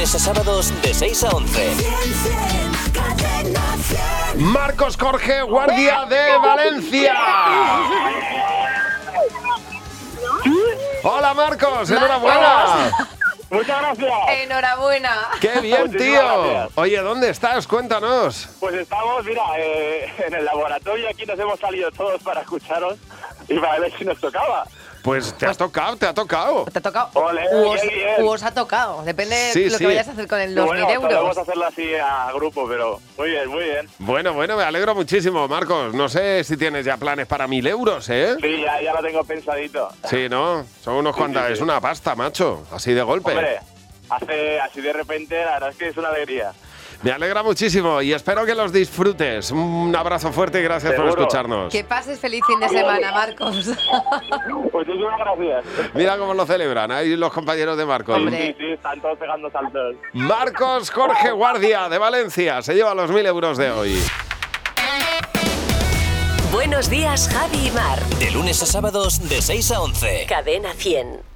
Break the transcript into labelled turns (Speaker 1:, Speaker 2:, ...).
Speaker 1: a sábados de 6 a 11.
Speaker 2: Marcos Jorge, guardia de Valencia. Hola Marcos, enhorabuena.
Speaker 3: Muchas gracias.
Speaker 4: Eh, Enhorabuena.
Speaker 2: Qué bien, tío. Oye, ¿dónde estás? Cuéntanos.
Speaker 3: Pues estamos, mira, eh, en el laboratorio. Aquí nos hemos salido todos para escucharos y para ver si nos tocaba.
Speaker 2: Pues te has tocado, te ha tocado.
Speaker 4: Te ha tocado.
Speaker 3: Ole,
Speaker 4: u os,
Speaker 3: bien, bien.
Speaker 4: u os ha tocado. Depende
Speaker 2: Sí,
Speaker 4: de lo
Speaker 2: sí.
Speaker 4: que vayas a hacer con el, los
Speaker 3: bueno,
Speaker 4: mil euros.
Speaker 3: vamos a hacerlo así a grupo, pero muy bien, muy bien.
Speaker 2: Bueno, bueno, me alegro muchísimo, Marcos. No sé si tienes ya planes para mil euros, ¿eh?
Speaker 3: Sí, ya, ya lo tengo pensadito.
Speaker 2: Sí, ¿no? Son unos cuantas,
Speaker 3: sí.
Speaker 2: es una pasta, macho, así de golpe.
Speaker 3: Hombre, hace así de repente, la verdad es que es una alegría.
Speaker 2: Me alegra muchísimo y espero que los disfrutes. Un abrazo fuerte y gracias por
Speaker 3: Seguro.
Speaker 2: escucharnos.
Speaker 4: Que pases feliz fin de semana, Marcos.
Speaker 3: Muchísimas gracias.
Speaker 2: Mira cómo lo celebran ahí los compañeros de Marcos.
Speaker 4: Hombre.
Speaker 3: Sí, sí, están todos pegando saltos.
Speaker 2: Marcos Jorge Guardia de Valencia se lleva los mil euros de hoy.
Speaker 5: Buenos días, Javi y Mar.
Speaker 1: De lunes a sábados de 6 a 11.
Speaker 5: Cadena 100.